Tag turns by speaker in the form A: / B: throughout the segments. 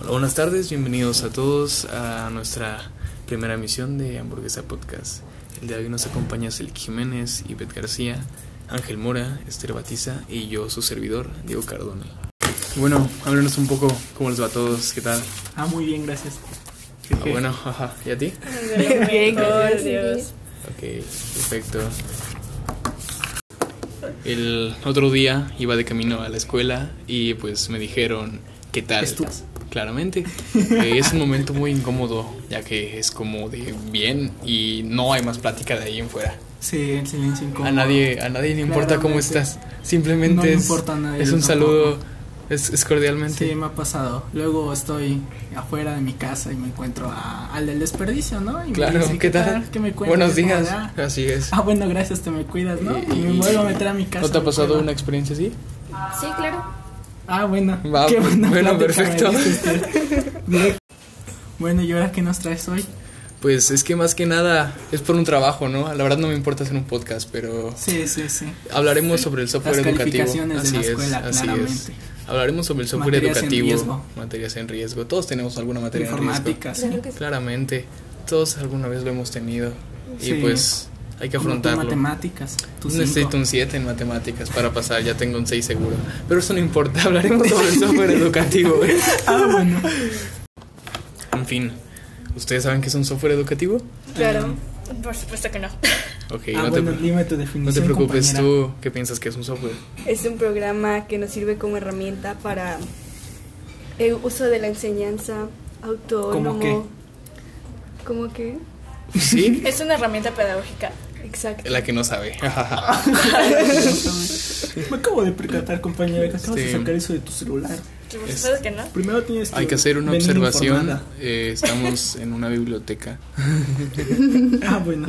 A: Hola, buenas tardes, bienvenidos a todos a nuestra primera emisión de Hamburguesa Podcast. El de hoy nos acompaña Celik Jiménez, Ivette García, Ángel Mora, Esther Batiza y yo, su servidor, Diego Cardona. Y bueno, háblenos un poco cómo les va a todos, qué tal.
B: Ah, muy bien, gracias.
A: Ah, bueno, ajá, ¿y a ti?
C: Bien, gracias Dios.
A: Ok, perfecto. El otro día iba de camino a la escuela y pues me dijeron qué tal.
B: Es tú.
A: Claramente. Eh, es un momento muy incómodo, ya que es como de bien y no hay más plática de ahí en fuera.
B: Sí, el silencio incómodo.
A: A nadie, a nadie le importa cómo
B: Claramente.
A: estás. Simplemente
B: No le
A: es,
B: importa a nadie,
A: es
B: yo
A: un
B: tampoco.
A: saludo, es, es cordialmente.
B: Sí, me ha pasado. Luego estoy afuera de mi casa y me encuentro a- al del desperdicio, ¿no? Y me
A: claro,
B: dice,
A: ¿qué tal?
B: ¿Qué me cuentas?
A: Buenos
B: Y es como,
A: días.
B: "Ah,
A: Así es.
B: Ah, bueno, gracias, te me cuidas, ¿no? Y,
A: Y-
B: me vuelvo a meter a mi casa.
A: ¿No te ha
B: me
A: pasado
B: cuido.
A: una experiencia así?
C: Sí, claro.
B: Ah, bueno.
A: Va,
B: qué buena
A: bueno,
B: plática me
A: perfecto.
B: diste, Esther. Bien. bueno, ¿y ahora qué nos traes hoy?
A: Pues es que más que nada es por un trabajo, ¿no? La verdad no me importa hacer un podcast, pero
B: Sí, sí, sí.
A: hablaremos sobre el
B: Las
A: software educativo.
B: calificaciones de la
A: Así es,
B: escuela,
A: así es.
B: claramente.
A: Hablaremos sobre el software
B: Materias en
A: educativo,
B: riesgo.
A: materias en riesgo. Todos tenemos alguna materia
B: Informática,
A: en
B: sí.
C: Claro que
A: riesgo.
C: sí.
A: Claramente, todos alguna vez lo hemos tenido
B: Sí.
A: y pues hay que
B: Como tú,
A: afrontarlo.
B: Matemáticas. Tú
A: Necesito un 7 en matemáticas para pasar, ya tengo un 6 seguro. Pero eso no importa, hablaremos sobre el software educativo. güey.
B: Ah, bueno.
A: En fin, ¿ustedes saben qué es un software educativo?
C: Claro.
B: Mm.
C: Por supuesto que no.
A: Ok,
B: ah,
A: no,
B: bueno,
A: te, pre-
B: dime tu
A: no te
B: definición.
A: preocupes,
B: compañera.
A: tú qué piensas que es un software.
C: Es un programa que nos sirve como herramienta para el uso de la enseñanza autónomo.
B: ¿Cómo qué?
C: ¿Cómo qué?
A: ¿Sí?
D: Es una herramienta pedagógica.
C: Exacto.
A: La que no sabe.
B: Me acabo de percatar, compañera, que acabas de
A: Sí.
B: sacar eso de tu celular.
D: Por
A: Es-
D: supuesto que no.
B: Primero tienes que.
A: Hay que hacer una
B: venir
A: observación.
B: informada.
A: eh, estamos en una biblioteca,
B: Ah, bueno.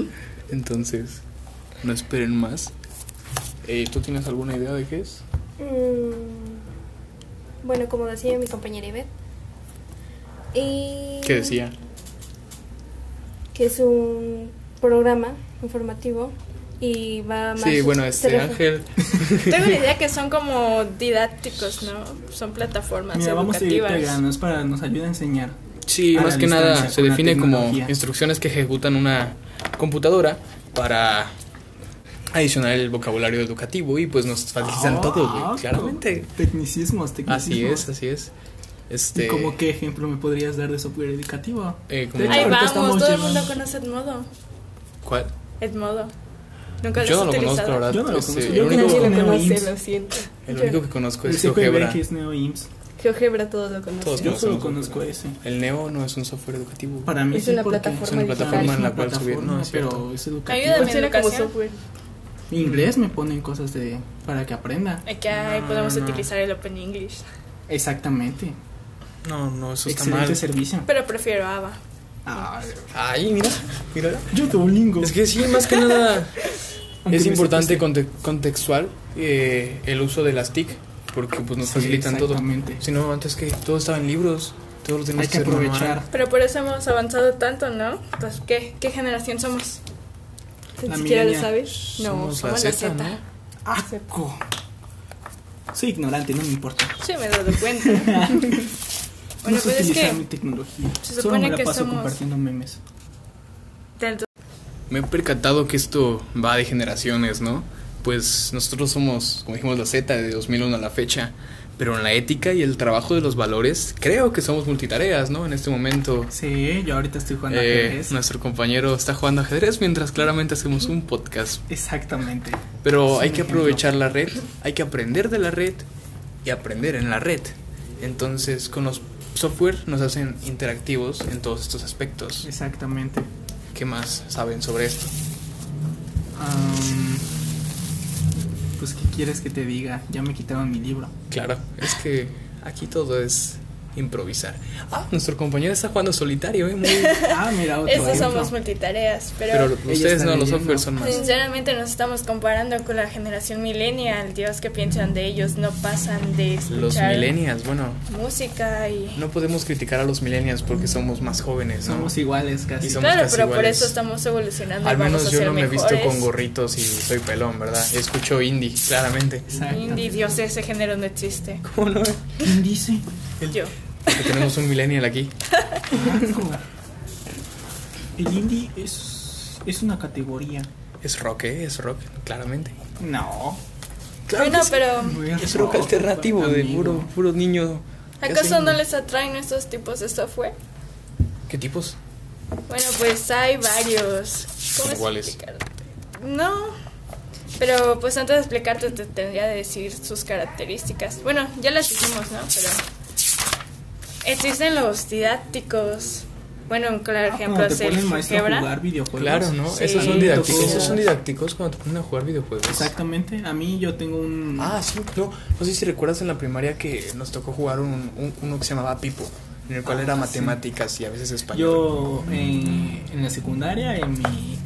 A: entonces no esperen más. Eh, ¿Tú tienes alguna idea de qué es?
E: Mm, Bueno, como decía mi compañera Ivette, y
A: ¿Qué decía?
E: que es un programa informativo y va más.
A: Sí, bueno,
E: se
A: este
E: refe-
A: Ángel.
D: Tengo la idea que son como didácticos, ¿no? Son plataformas
B: Mira, vamos a ir
D: educativas.
B: pegando, es para nos ayuda a enseñar.
A: Sí,
B: a la
A: más que
B: distancia,
A: nada se
B: con la
A: define como
B: tecnología.
A: instrucciones que ejecutan una computadora para adicionar el vocabulario educativo y pues nos facilitan
B: Ah,
A: todo, güey,
B: ah,
A: claramente.
B: Tecnicismos,
A: Así
B: tecnicismos.
A: es, así es.
B: ¿Y
A: Este,
B: ¿Cómo qué ejemplo me podrías dar de software educativo?
A: Eh, como-
B: De hecho,
D: Ahí
B: ahorita
D: vamos,
B: estamos
D: todo el mundo
B: llevando-
D: conoce Edmodo.
A: ¿Cuál?
D: Edmodo. Nunca
A: Yo no lo conozco, la
D: lo has utilizado.
A: verdad.
B: Yo no lo
A: este, el,
B: conozco. Yo
A: único,
B: conozco-
C: Nadie
B: único-
C: lo conoce,
B: Neoims.
C: lo siento.
A: el único que conozco
B: El
A: es Pues GeoGebra.
B: CPBG es NeoIMS.
C: GeoGebra todos lo conocen.
A: Todos
B: Yo solo
A: conocemos.
B: conozco ese.
A: El Neo no es un software educativo.
B: Para mí
C: Es
B: sí,
C: una
B: porque-
C: plataforma
A: es una plataforma en la
B: Es una
A: cual subir. No,
B: plataforma,
A: es cierto.
B: pero es educativa.
D: Ayúdame.
C: Funciona como
D: Educación.
C: software.
B: Inglés me ponen cosas de para que aprenda.
D: Aquí ahí
A: No,
B: Ah.
D: podemos
A: no.
D: utilizar el Open English.
B: Exactamente.
A: No, no, eso está
B: Excelente
A: mal.
B: servicio.
D: Pero prefiero ABA.
B: Ah,
A: Ay, mira, mira.
B: yo Duolingo.
A: Es que sí, más que nada
B: Uh. Aunque
A: es
B: me
A: importante
B: sacaste.
A: conte- contextual eh, el uso de las TIC porque pues nos
B: Sí,
A: facilitan todo.
B: exactamente.
A: Si no, antes que todo estaba en libros, todo lo tenemos
B: Hay que
A: hacer manual.
B: aprovechar.
D: Pero por eso hemos avanzado tanto, ¿no? Entonces, ¿qué, qué generación somos?
C: ¿Ni
B: La
C: siquiera lo
B: milenia.
C: sabes?
D: No,
A: Somos
D: somos la
A: Zeta,
D: Zeta.
A: ¿no?
B: ¡Aco! Soy ignorante, no me importa.
D: Sí, me he dado cuenta.
B: no
D: bueno,
B: sé
D: pues es
B: utilizar mi
D: que
B: tecnología.
D: se
B: Solo me
D: supone
B: la
D: que
B: paso
D: somos-
B: compartiendo memes.
D: del
A: Me he percatado que esto va de generaciones, ¿no? Pues nosotros somos, como dijimos, la Z de 2001 a la fecha, pero en la ética y el trabajo de los valores creo que somos multitareas, ¿no? En este momento
B: Sí, yo ahorita estoy
A: eh,
B: jugando a ajedrez.
A: nuestro compañero está jugando ajedrez mientras claramente hacemos un podcast
B: Exactamente.
A: Pero
B: Es
A: hay
B: un
A: que
B: ejemplo.
A: aprovechar la red, hay que aprender de la red y aprender en la red. Entonces, con los software nos hacen interactivos en todos estos aspectos.
B: Exactamente.
A: ¿Qué más saben sobre esto?
B: Am, pues, ¿qué quieres que te diga? Ya me quitaron mi libro.
A: Claro, es que aquí todo es improvisar. Ah, nuestro compañero está jugando solitario, ¿eh? Muy-
B: Ah, mira, otro
D: Esos
B: ejemplo.
D: somos multitareas,
A: Pero
D: pero,
A: ustedes
B: está
A: no, los
B: leyendo.
A: software son más.
D: Pues, sinceramente nos estamos comparando con la generación millennial. Dios, que piensan de ellos? No pasan de
A: Los
D: escuchar
A: millennials, bueno,
D: música y...
A: no podemos criticar a los millennials porque somos más jóvenes, ¿no?
B: Somos iguales casi.
A: Y somos
D: claro,
A: casi
D: pero por
A: iguales.
D: eso estamos evolucionando. y
A: Al
D: vamos
A: menos
D: a
A: yo
D: ser
A: no me he visto
D: mejores.
A: con gorritos y soy pelón, ¿verdad? Escucho indie, claramente.
B: Exacto.
D: Indie, Dios, ese género no existe.
A: ¿Cómo no?
B: ¿Quién dice?
D: Yo.
A: Porque tenemos un millennial aquí.
B: El indie es, es una categoría.
A: Es rock, ¿eh? Es rock, claramente.
B: No.
D: bueno, pero
A: Es rock alternativo de
B: amigo.
A: puro, puro niño. ¿Qué
D: ¿acaso
A: hacen?
D: no les atraen estos tipos de software?
A: ¿Qué tipos?
D: Bueno, pues hay varios. ¿Cómo
A: ¿Cuáles?
D: explicarte? No, pero pues antes de explicarte te tendría de decir sus características. Bueno, ya las dijimos, ¿no? Pero existen los didácticos. Bueno, un claro
B: Ah,
D: ejemplo
B: cuando te
D: es
B: pone el
D: el
B: maestro a jugar
D: quebra.
B: videojuegos.
A: Claro, ¿no?
D: Sí.
A: Esos son
D: Sí,
A: didácticos.
D: videojuegos.
A: Esos son didácticos cuando te ponen a jugar videojuegos.
B: Exactamente. A mí yo tengo un.
A: Ah, sí, no. No sé si recuerdas en la primaria que nos tocó jugar un, un- uno que se llamaba Pipo, en el cual
B: Ah,
A: era
B: sí.
A: matemáticas y a veces español.
B: Yo eh, en la secundaria, en mi,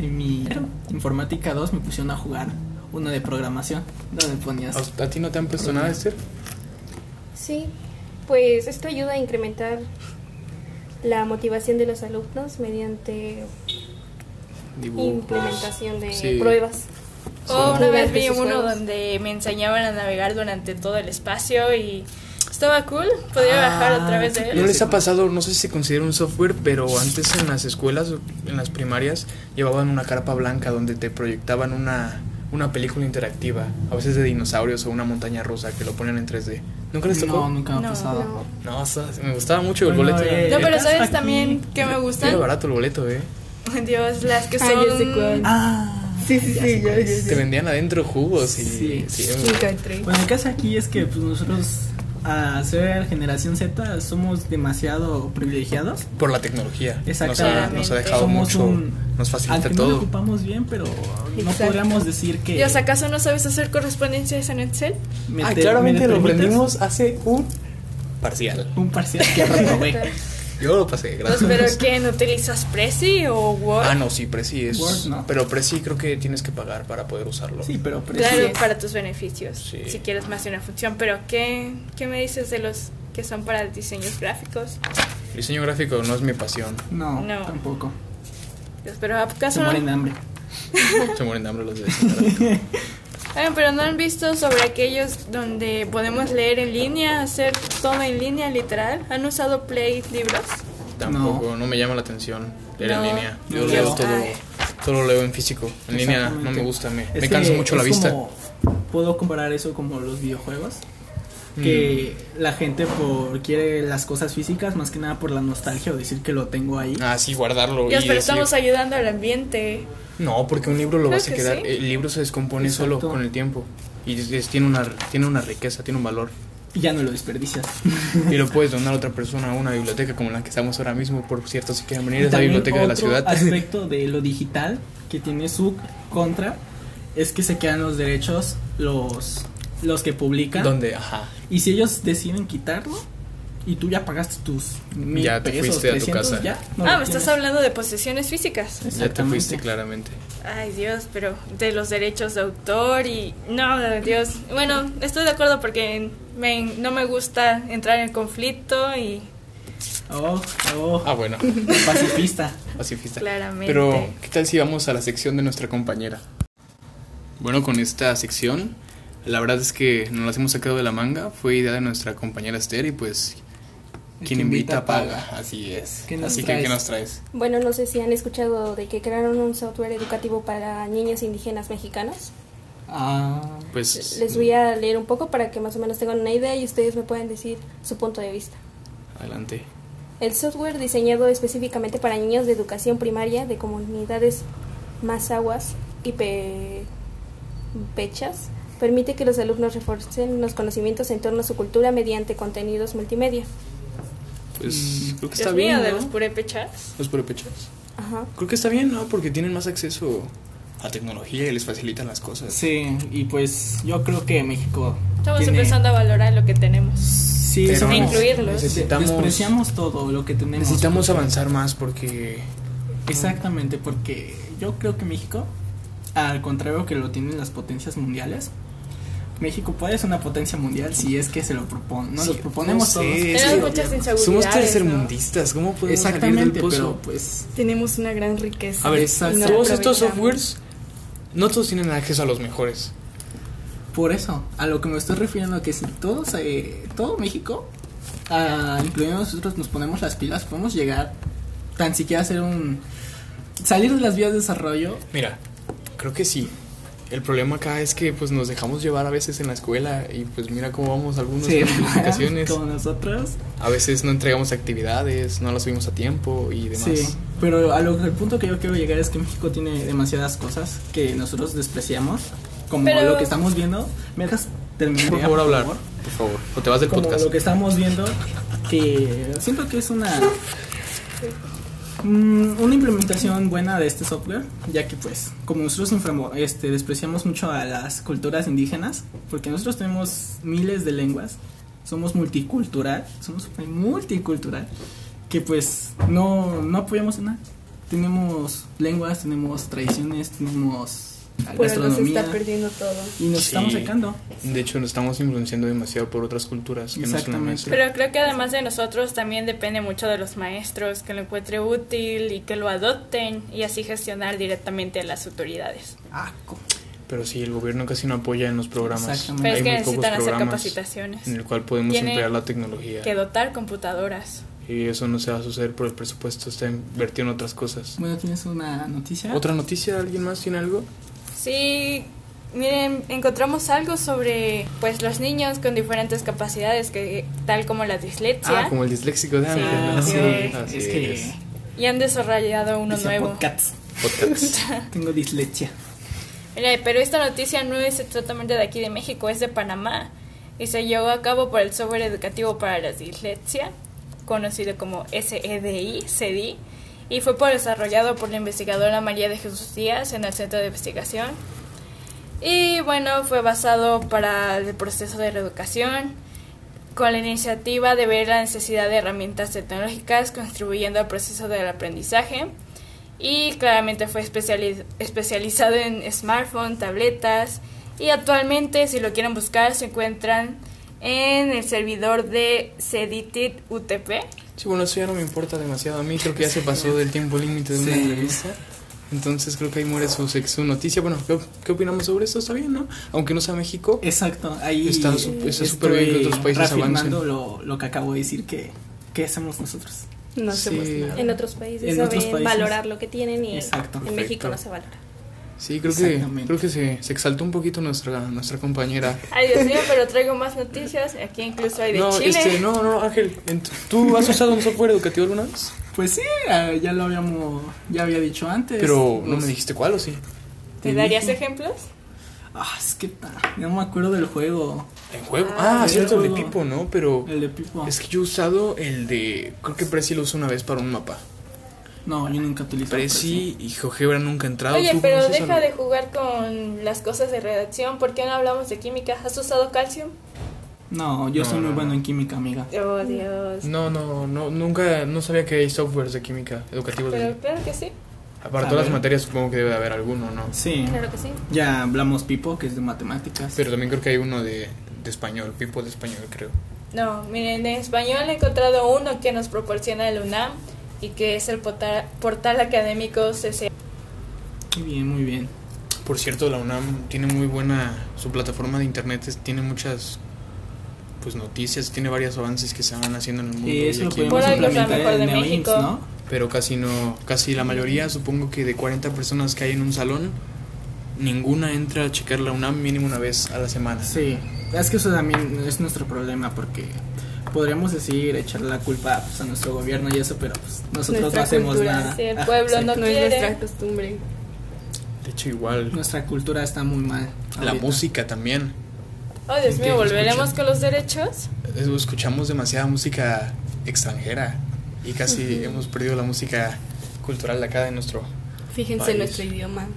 B: en mi informática 2, me pusieron a jugar uno de programación, donde ponías...
A: ¿A, a ti no te han puesto nada, Esther?
E: Sí, pues esto ayuda a incrementar la motivación de los alumnos mediante implementación de
A: sí.
E: pruebas.
B: pues,
E: Oh.
D: O una vez
E: Durante
D: vi
E: sus
D: uno
E: juegos.
D: donde me enseñaban a navegar durante todo el espacio y estaba cool. Podría bajar
B: Ah,
D: otra vez de
A: ¿No
D: él.
A: les ha pasado, no sé si se considera un software, pero antes en las escuelas, en las primarias, llevaban una carpa blanca donde te proyectaban una, una película interactiva, a veces de dinosaurios o una montaña rusa que lo ponen en 3D? ¿Nunca les tocó?
B: No, nunca me
D: No,
B: ha
A: Ah.
B: pasado.
E: no.
A: No, o sea, me gustaba mucho el
B: Bueno,
A: boleto.
B: eh,
D: No, pero
B: Estás
D: ¿sabes
B: aquí.
D: también que me
A: Era
D: gustan?
A: barato el boleto, eh.
D: Dios, las que son...
C: Ah, ya sé cuál.
B: Ah,
C: Sí, sí, sí, yo, yo,
A: Te vendían adentro jugos y...
B: Sí.
A: me-
C: Nunca entré.
B: bueno, el caso aquí es que pues, nosotros, a ser generación Z, somos demasiado privilegiados.
A: por la tecnología. Nos ha,
B: Exactamente.
A: nos ha dejado
B: Somos
A: mucho,
B: un-
A: nos
B: Al
A: facilita
B: que no lo
A: todo.
B: ocupamos bien, pero no
C: Exacto.
B: podríamos decir que...
D: Dios, ¿acaso no sabes hacer correspondencias en Excel?
B: me
A: Ah,
B: te- me permites
A: hace un parcial.
B: Un parcial que reprobé.
A: Yo lo pasé,
D: Pues,
A: gracias.
D: ¿Pero quién? ¿Utilizas Prezi o Word?
A: Ah, no, sí, Prezi es.
B: Word, no.
A: Pero Prezi creo que tienes que pagar para poder usarlo.
B: Sí, pero... pues, pero
D: Claro,
B: sí.
D: para tus beneficios,
A: Sí.
D: si quieres más de una función. Pero, ¿qué, ¿qué me dices de los que son para diseños gráficos?
A: Diseño gráfico no es mi pasión.
B: No,
D: No.
B: tampoco.
D: Dios, Pero,
B: Se
D: ¿acaso no,
B: mueren de hambre.
A: Se mueren de hambre los de diseño gráfico.
D: Ah, pero no han visto sobre aquellos donde podemos leer en línea, hacer todo en línea, literal? ¿Han usado Play Libros?
A: Tampoco, no. me llama la atención leer
D: No.
A: en línea. Yo
B: No.
A: leo todo.
D: Ay.
A: Todo lo leo en físico. En línea no me
B: Exactamente.
A: gusta, me,
B: Es
A: me
B: que
A: cansa mucho la
B: es
A: vista.
B: como- Puedo comparar eso como los videojuegos.
A: Mm.
B: Que la gente por quiere las cosas físicas más que nada por la nostalgia o decir que lo tengo ahí.
A: Ah, sí, guardarlo.
D: Dios,
A: y
D: pero
A: decir-
D: estamos ayudando al ambiente.
A: No, porque un libro lo
D: Creo
A: vas a
D: que
A: quedar.
D: sí.
A: El libro se descompone solo
B: Exacto.
A: con el tiempo. Y es- es- tiene, una, tiene una riqueza, tiene un valor.
B: Y ya no lo desperdicias.
A: Y lo puedes donar a otra persona a una biblioteca como la que estamos ahora mismo. Por cierto, si quieren venir
B: Y
A: es la
B: también
A: biblioteca de la
B: otro
A: ciudad.
B: aspecto de lo digital que tiene su contra es que se quedan los derechos los los que publican.
A: Donde, ajá.
B: Y si ellos deciden quitarlo y tú ya pagaste tus mil
A: Ya te
B: pesos,
A: fuiste a tu
B: 300,
A: casa.
B: ya no
D: ah,
B: lo
D: me estás
B: tienes.
D: hablando de posesiones físicas.
A: Ya te
B: Exactamente.
A: fuiste claramente.
D: Ay, Dios, pero de los derechos de autor y... No, Dios. Bueno, estoy de acuerdo porque me- no me gusta entrar en conflicto y
B: Oh, oh,
A: Ah, bueno,
B: pacifista.
A: pacifista.
D: claramente...
A: Pero, ¿qué tal si vamos a la sección de nuestra compañera? Bueno, con esta sección, la verdad es que nos las hemos sacado de la manga. Fue idea de nuestra compañera Esther y pues.
B: El
A: Quien
B: que
A: invita
B: invita,
A: paga, así es.
B: ¿Qué nos
A: Así que,
B: traes?
A: ¿qué nos traes?
E: Bueno, no sé si han escuchado de que crearon un software educativo para niños indígenas mexicanos.
B: Ah,
A: Pues.
E: Les voy a leer un poco para que más o menos tengan una idea y ustedes me puedan decir su punto de vista.
A: Adelante.
E: El software diseñado específicamente para niños de educación primaria de comunidades mazaguas y pe- pechas permite que los alumnos reforcen los conocimientos en torno a su cultura mediante contenidos multimedia.
A: Pues creo que
D: Dios
A: está
D: mío,
A: bien.
D: de
A: ¿no?
D: los purépechas.
A: Los purépechas.
E: Ajá.
A: Creo que está bien, ¿no? Porque tienen más acceso a tecnología y les facilitan las cosas.
B: sí, y pues yo creo que México.
D: Estamos
B: tiene-
D: empezando a valorar lo que tenemos.
B: Sí,
A: Pero
B: somos-
D: incluirlos.
A: Necesitamos-
B: Despreciamos todo lo que tenemos.
A: Necesitamos avanzar más porque.
B: Exactamente, porque yo creo que México, al contrario que lo tienen las potencias mundiales, México puede ser una potencia mundial si es que se lo propone. No
A: Sí,
B: lo proponemos
A: no sé,
B: todos.
A: es
D: Tenemos
A: que-
D: muchas inseguridades.
A: Somos
D: ¿no?
A: tercermundistas, ¿cómo podemos salir
B: Exactamente,
A: del
B: pero
A: pozo?
B: pues
C: Tenemos una gran riqueza.
A: A ver,
B: Exacto.
C: No
A: todos estos
C: aprovechamos.
A: softwares, no todos tienen acceso a los mejores.
B: por eso, a lo que me estoy refiriendo que si todos, eh, todo México ah, incluyendo nosotros, nos ponemos las pilas, podemos llegar tan siquiera a hacer un... salir de las vías de desarrollo.
A: Mira, creo que sí. El problema acá es que pues nos dejamos llevar a veces en la escuela y pues mira cómo vamos algunos
B: Sí,
A: con calificaciones.
B: como nosotros.
A: A veces no entregamos actividades, no las subimos a tiempo y demás.
B: Sí, pero a lo, al punto que yo quiero llegar es que México tiene demasiadas cosas que nosotros despreciamos, como
D: Pero-
B: lo que estamos viendo. ¿Me dejas terminar?
A: Por favor, hablar, por favor. O te vas del
B: Como
A: podcast.
B: lo que estamos viendo, que siento que es una mm, una implementación buena de este software, ya que pues como nosotros inframo- este, despreciamos mucho a las culturas indígenas, porque nosotros tenemos miles de lenguas, somos multicultural, somos un país multicultural, que pues no, no apoyamos en nada. Tenemos lenguas, tenemos tradiciones, tenemos
C: Por algo se
B: gastronomía
C: está perdiendo todo.
B: y nos estamos
A: Sí.
B: secando.
A: De hecho, nos estamos influenciando demasiado por otras culturas. Que no son
B: Exactamente.
A: nuestras.
D: Pero creo que además de nosotros también depende mucho de los maestros que lo encuentre útil y que lo adopten y así gestionar directamente a las autoridades.
B: Ah, co-
A: Pero sí, el gobierno casi no apoya en los programas.
B: Exactamente.
D: Pero es
A: Mm, Hay
D: que
A: muy pocos
D: necesitan hacer
A: programas
D: capacitaciones,
A: En el cual podemos
D: Tiene
A: emplear la tecnología.
D: que dotar computadoras.
A: Y eso no se va a suceder por el presupuesto, está invertido en otras cosas.
B: Bueno, ¿tienes una noticia?
A: ¿Otra noticia? ¿Alguien más tiene algo?
D: Sí, miren, encontramos algo sobre pues los niños con diferentes capacidades, que tal como la dislexia,
A: Ah, como el disléxico de Ángel.
B: Ah,
A: ¿no?
B: sí,
A: Así
B: es que
A: es.
D: y han desarrollado uno
B: decía
D: nuevo.
B: podcasts.
A: Podcast.
B: Tengo dislexia.
D: Mira, pero esta noticia no es exactamente de aquí de México, es de Panamá y se llevó a cabo por el software educativo para la dislexia, conocido como E SEDI, CEDI, y fue por- desarrollado por la investigadora María de Jesús Díaz en el Centro de Investigación. Y bueno, fue basado para el proceso de la educación con la iniciativa de ver la necesidad de herramientas tecnológicas contribuyendo al proceso del aprendizaje y claramente fue especiali- especializado en smartphone, tabletas y actualmente si lo quieren buscar se encuentran en el servidor de Ceditit UTP.
A: Sí, bueno, eso ya no me importa demasiado a mí. Creo que ya se pasó del tiempo límite de una
B: Sí.
A: entrevista. Entonces creo que ahí muere su, sex- su noticia. Bueno, ¿qué, qué opinamos sobre esto? Está bien, ¿no? Aunque no sea México.
B: Eh, Exacto, ahí
A: Está su- está
B: estoy
A: súper bien que otros países
B: reafirmando lo, lo que acabo de decir que, que hacemos nosotros.
C: No
A: Sí.
C: hacemos nada.
E: En otros países
B: En
E: saben
B: otros países.
E: valorar lo que tienen y
B: Exacto.
E: en México
A: Perfecto.
E: no se valora.
A: Sí, creo que,
B: Exactamente.
A: creo que se, se exaltó un poquito nuestra, nuestra compañera.
D: Ay Dios mío, pero traigo más noticias. Aquí incluso hay de
A: No,
D: Chile.
A: este, no, no, Ángel, ent- ¿tú has usado un software educativo alguna vez?
B: Pues sí, eh, ya lo habíamos, ya había dicho antes.
A: Pero no
B: Los-
A: me dijiste cuál, ¿o sí?
D: ¿Te
B: Te
D: darías
B: dije.
D: ejemplos?
B: Ah, es que ta- no me acuerdo del juego,
A: En juego.
D: Ah,
A: Ah, cierto, el de
B: juego.
A: Pipo, ¿no? Pero
B: el de Pipo.
A: es que yo he usado el de... Creo que Prezi lo usé una vez para un mapa.
B: No, yo nunca utilicé.
A: Ah, Prezi y GeoGebra nunca han entrado.
D: Oye,
A: Ah, ¿Tú
D: pero
A: conoces
D: deja
A: algo?
D: de jugar con las cosas de redacción. ¿Por qué no hablamos de química? ¿Has usado calcio?
B: No, yo
A: No,
B: soy
A: no,
B: muy
A: no.
B: bueno en química, amiga.
D: Oh Dios.
A: No, no, no, nunca, no sabía que hay softwares de química educativos.
D: Pero
A: de-
D: claro que sí.
A: Para
B: A
A: todas
B: ver.
A: las materias supongo que debe de haber alguno, ¿no?
B: Sí,
E: Claro que sí.
B: ya hablamos Pipo, que es de matemáticas.
A: Pero también creo que hay uno de, de español, Pipo de español, creo.
D: No, miren, en español he encontrado uno que nos proporciona el UNAM y que es el portal, portal académico CC.
B: Muy bien, muy bien.
A: Por cierto, la UNAM tiene muy buena, su plataforma de internet es- tiene muchas pues noticias, tiene varios avances que se van haciendo en el mundo.
B: Y
A: y
B: eso lo
A: aquí en
B: podemos
D: Por algo es
A: México.
D: la
B: implementar
D: mejor
B: en
D: de
B: NeoIMS,
D: México.
B: ¿no?
A: pero casi no, casi la mayoría, supongo que de 40 personas que hay en un salón, ninguna entra a checar la UNAM mínimo una vez a la semana.
B: Sí, es que eso también es nuestro problema porque podríamos decir echarle la culpa pues, a nuestro gobierno y eso, pero pues, nosotros
C: Nuestra
B: no hacemos
C: cultura,
B: nada.
D: sí, el
B: Ah,
D: pueblo
B: sí.
D: no-
C: No es
D: quiere.
C: nuestra costumbre.
A: De hecho, igual
B: Nuestra cultura está muy mal.
A: la
B: ahorita.
A: música también.
D: Oh, Dios
A: Ok,
D: mío, ¿volveremos
A: escucha.
D: con los derechos?
A: Es- Escuchamos demasiada música extranjera y casi hemos perdido la música cultural de acá de nuestro
C: Fíjense
A: País.
C: en nuestro idioma.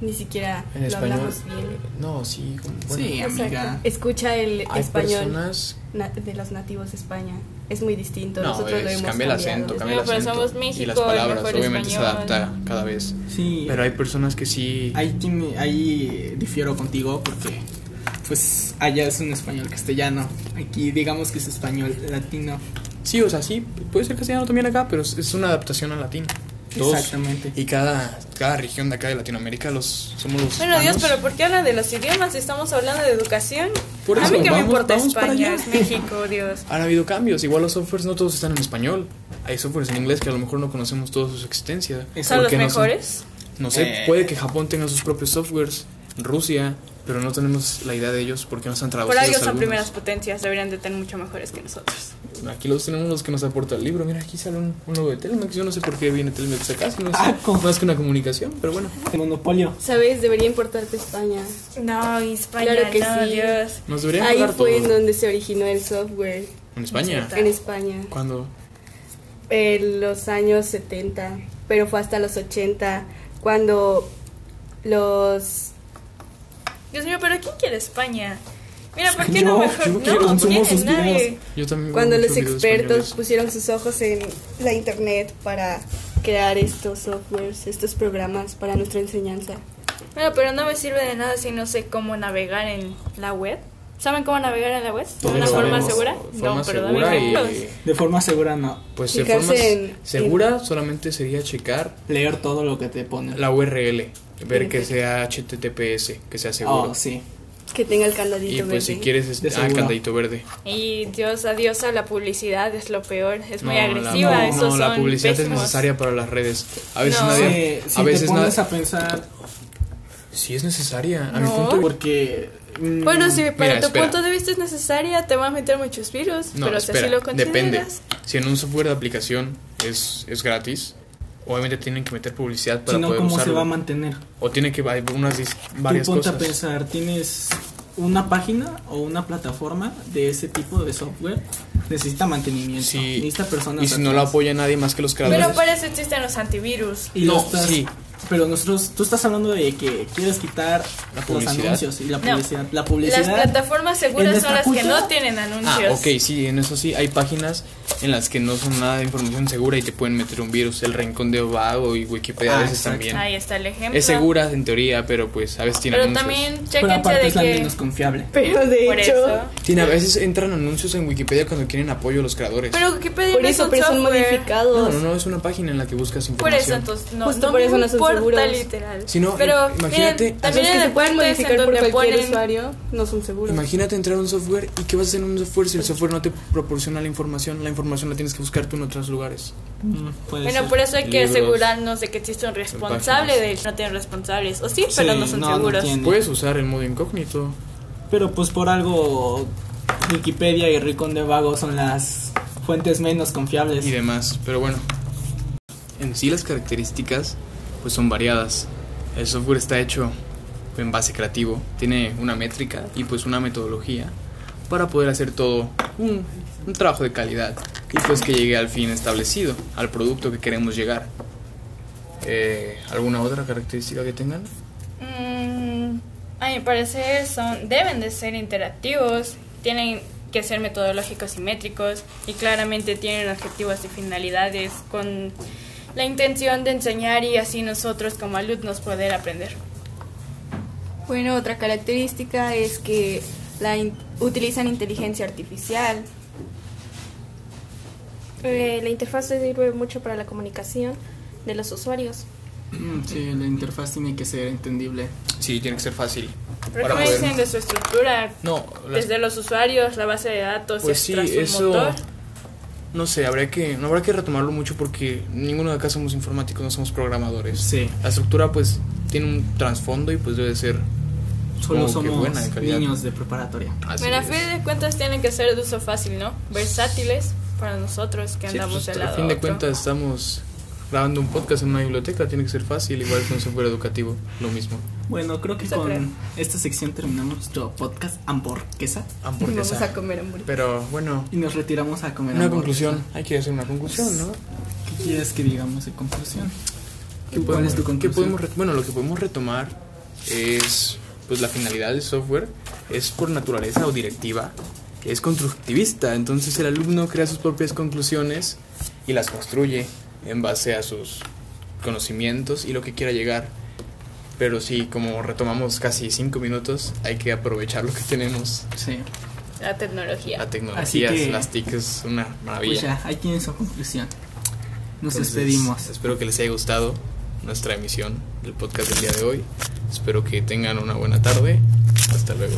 C: Ni siquiera
A: en
C: lo
A: español.
C: hablamos bien.
A: No, sí, e como- bueno,
B: Sí, amiga.
C: Exacto. Escucha el
A: hay
C: español
A: personas
C: na- de los nativos de España. Es muy distinto.
A: No,
C: Nosotros lo
A: es-
C: hemos
A: cambia el
C: cambiado.
A: acento, cambia
D: No,
A: el
D: pero
A: acento.
D: somos
A: y
D: México,
A: las palabras,
D: mejor
A: obviamente
D: español.
A: se adapta cada vez.
B: Sí,
A: Pero hay personas que sí.
B: ahí, tiene- ahí difiero contigo porque pues allá es un español castellano, aquí digamos que es español latino.
A: Sí, o sea, sí, puede ser castellano también acá, pero es, es una adaptación al latín. todos.
B: Exactamente.
A: Y cada, cada región de acá de Latinoamérica los somos los
D: Bueno, Dios,
A: hispanos.
D: pero ¿por qué habla de los idiomas si estamos hablando de educación?
A: Por
D: a
A: eso,
D: mí que me
A: vamos-
D: importa
A: vamos para
D: España,
A: allá.
D: es México, Dios.
A: Han habido cambios, igual los softwares no todos están en español. Hay softwares en inglés que a lo mejor no conocemos toda su existencia.
B: Exacto.
D: ¿Son
A: ¿Por
D: los
A: qué no son?
D: mejores?
A: No sé, puede que Japón tenga sus propios softwares, Rusia, pero no tenemos la idea de ellos porque no están
D: Por
A: traducidos.
D: algo son
A: algunos.
D: primeras potencias, deberían de tener mucho mejores que nosotros.
A: Aquí los tenemos los que nos aporta el libro. Mira, aquí sale un, un logo de Telmex. Yo no sé por qué viene Telmex acá, si no es
B: Ah, ¿cómo?
A: más que una comunicación, pero bueno,
B: Monopolio.
C: ¿Sabes? Debería importarte España.
D: No, España,
C: Claro que
D: no,
C: sí.
D: Dios.
A: nos deberían
C: Ahí
A: pagar
C: fue en
A: todo.
C: donde se originó el software,
A: En España,
C: en España,
A: cuando
C: en los años 70, pero fue hasta los 80, cuando los...
D: Dios mío, pero ¿quién quiere España? Mira, ¿por qué
B: Yo,
D: no mejor?
B: yo quiero,
D: no,
B: consumo
D: ¿quién?
B: sus
D: nadie.
B: videos.
A: yo también. veo
C: Cuando los
A: muchos videos
C: expertos
A: españoles.
C: pusieron sus ojos en la internet para crear estos softwares, estos programas para nuestra enseñanza.
D: Bueno, pero no me sirve de nada si no sé cómo navegar en la web. ¿Saben cómo navegar en la web? ¿De
A: Todos
D: una forma
A: sabemos,
D: segura?
A: Forma
D: no, pero dame
A: segura
D: ejemplos.
A: y
B: De forma segura, no.
A: pues de
C: Fijarse
A: forma
C: en-
A: segura solamente sería checar
B: Leer todo lo que te ponen.
A: la URL, ver que sea HTTPS, que sea seguro.
B: Oh, sí.
C: Que tenga el candadito
A: Y
C: verde.
A: pues si quieres este,
B: De
A: ah,
B: seguro.
A: candadito verde.
D: Y Dios, adiós a la publicidad, es lo peor, es muy
A: No,
D: agresiva,
A: la, no,
D: esos
A: no,
D: son
A: la publicidad
D: pésimos.
A: es necesaria para las redes. A veces
D: No.
A: nadie,
B: Sí,
A: a
B: si te
A: veces
B: pones
A: nadie.
B: a pensar,
A: Sí es necesaria, a mi
D: No.
A: punto. de-
B: porque. mm,
D: Bueno, si para tu
A: espera.
D: punto de vista es necesaria, te van a meter muchos virus,
A: No,
D: pero si
A: espera,
D: así lo
A: depende.
D: consideras.
A: Si en un software de aplicación es, es gratis, obviamente tienen que meter publicidad para
B: Si no,
A: poder
B: ¿cómo se
A: usarlo.
B: va a mantener?
A: o tiene que haber unas dis- varias
B: Tú ponte a
A: cosas.
B: pensar, tienes una página o una plataforma de ese tipo de software, necesita mantenimiento,
A: Sí,
B: necesita personas.
A: Y si no lo
B: atrás.
A: apoya nadie más que los creadores.
D: Pero para eso existen los antivirus.
B: Y lo
A: No,
B: estás-
A: sí.
B: Pero nosotros, tú estás hablando de que quieres quitar
A: La
B: los
A: publicidad.
B: anuncios y la
D: No.
B: publicidad. La
D: Las
B: publicidad.
D: plataformas
B: en
D: seguras
B: nuestra
D: son las que
B: cultura-
D: no tienen anuncios.
A: Ah, ok, sí, en eso sí. Hay páginas en las que no son nada de información segura y te pueden meter un virus. El Rincón de Vago y Wikipedia
B: Ah,
A: a veces
B: exacto.
A: también.
D: Ahí está el ejemplo.
A: Es segura en teoría, pero pues a veces tiene
D: Pero
A: anuncios.
D: también
B: pero
D: chequense
B: aparte
D: de
B: es la
D: que...
B: menos confiable.
C: Pero de
D: Por
C: hecho,
D: eso.
A: Tiene- a veces entran anuncios en Wikipedia cuando quieren apoyo a los creadores.
D: Pero Wikipedia
C: por
D: no
C: eso,
D: es un
C: pero son
D: software.
A: no,
C: modificados.
A: no, no, es una página en la que buscas
D: Por eso,
A: información.
D: entonces, no,
C: Justo
D: no
C: por
D: me
C: eso no son
D: importa,
C: seguros.
D: literal.
A: Si no,
D: pero,
A: eh, imagínate,
D: miren,
A: o sea,
D: también
C: Los que
D: hay
C: se pueden
D: deportes en
C: modificar por
D: donde
C: cualquier
D: ponen-
C: usuario no son seguros.
A: Imagínate entrar a un software y qué vas a hacer en un software si el software no te proporciona la información. La información la tienes que buscar tú en otros lugares.
B: Mm, puede
D: Bueno,
B: ser.
D: por eso hay que
A: Libros.
D: asegurarnos de que existe un responsable
A: páginas.
D: de no tienen responsables. O sí,
B: Sí,
D: pero no son
B: no, no
D: seguros.
B: tienen.
A: Puedes usar el modo incógnito.
B: Pero pues por algo Wikipedia y Rincón de Vago son las fuentes menos confiables.
A: y demás. Pero bueno, en sí las características pues son variadas. El software está hecho en base creativo, tiene una métrica y pues una metodología para poder hacer todo un, un trabajo de calidad y pues que llegue al fin establecido, al producto que queremos llegar. Eh, ¿Alguna otra característica que tengan?
D: Mm, a mi parecer son, deben de ser interactivos, tienen que ser metodológicos y métricos y claramente tienen objetivos y finalidades con la intención de enseñar y así nosotros como alumnos poder aprender.
F: Bueno, otra característica es que la in- utilizan inteligencia artificial.
E: Eh, la interfaz sirve mucho para la comunicación de los usuarios.
B: Mm, sí, la interfaz tiene que ser entendible.
A: Sí, tiene que ser fácil.
D: ¿Pero qué me dicen de su estructura?
A: No, las-
D: Desde los usuarios, la base de datos,
A: Pues sí,
D: extras, un
A: eso.
D: motor.
A: No sé, habría que, no habrá que retomarlo mucho porque ninguno de acá somos informáticos, no somos programadores.
B: Sí.
A: La estructura, pues, tiene un trasfondo y, pues, debe ser. supongo
B: Solo
A: que
B: somos
A: buena de calidad.
B: niños de preparatoria.
A: Así
D: Bueno, a
A: es.
D: fin de cuentas tienen que ser de uso fácil, ¿no? Versátiles para nosotros que
A: Sí,
D: andamos
A: pues,
D: de
A: a
D: lado
A: fin de
D: otro.
A: cuentas, estamos grabando un podcast en una biblioteca, tiene que ser fácil, igual que un software educativo, lo mismo.
B: Bueno, creo que
D: Eso
B: con
D: creo.
B: esta sección terminamos nuestro podcast hamburguesa
A: Hamburguesa.
C: Vamos a comer hamburguesas.
A: Pero bueno,
B: y nos retiramos a comer
A: una
B: hamburguesa.
A: conclusión, hay que hacer una conclusión, ¿no?
B: ¿Qué quieres que digamos de conclusión?
A: ¿Qué
B: ¿Cuál
A: podemos-
B: es tu
A: qué
B: conclusión?
A: podemos re- bueno, lo que podemos retomar es, pues la finalidad del software es por naturaleza o directiva, es constructivista, entonces el alumno crea sus propias conclusiones y las construye en base a sus conocimientos y lo que quiera llegar. Pero sí, como retomamos casi cinco minutos, hay que aprovechar lo que tenemos.
B: Sí.
D: La tecnología.
A: La tecnología,
B: que-
A: las TIC es una
B: Pues
A: maravilla.
B: ya, ahí tienen su conclusión. Nos
A: Entonces,
B: despedimos.
A: Espero que les haya gustado nuestra emisión del podcast del día de hoy. Espero que tengan una buena tarde. Hasta luego.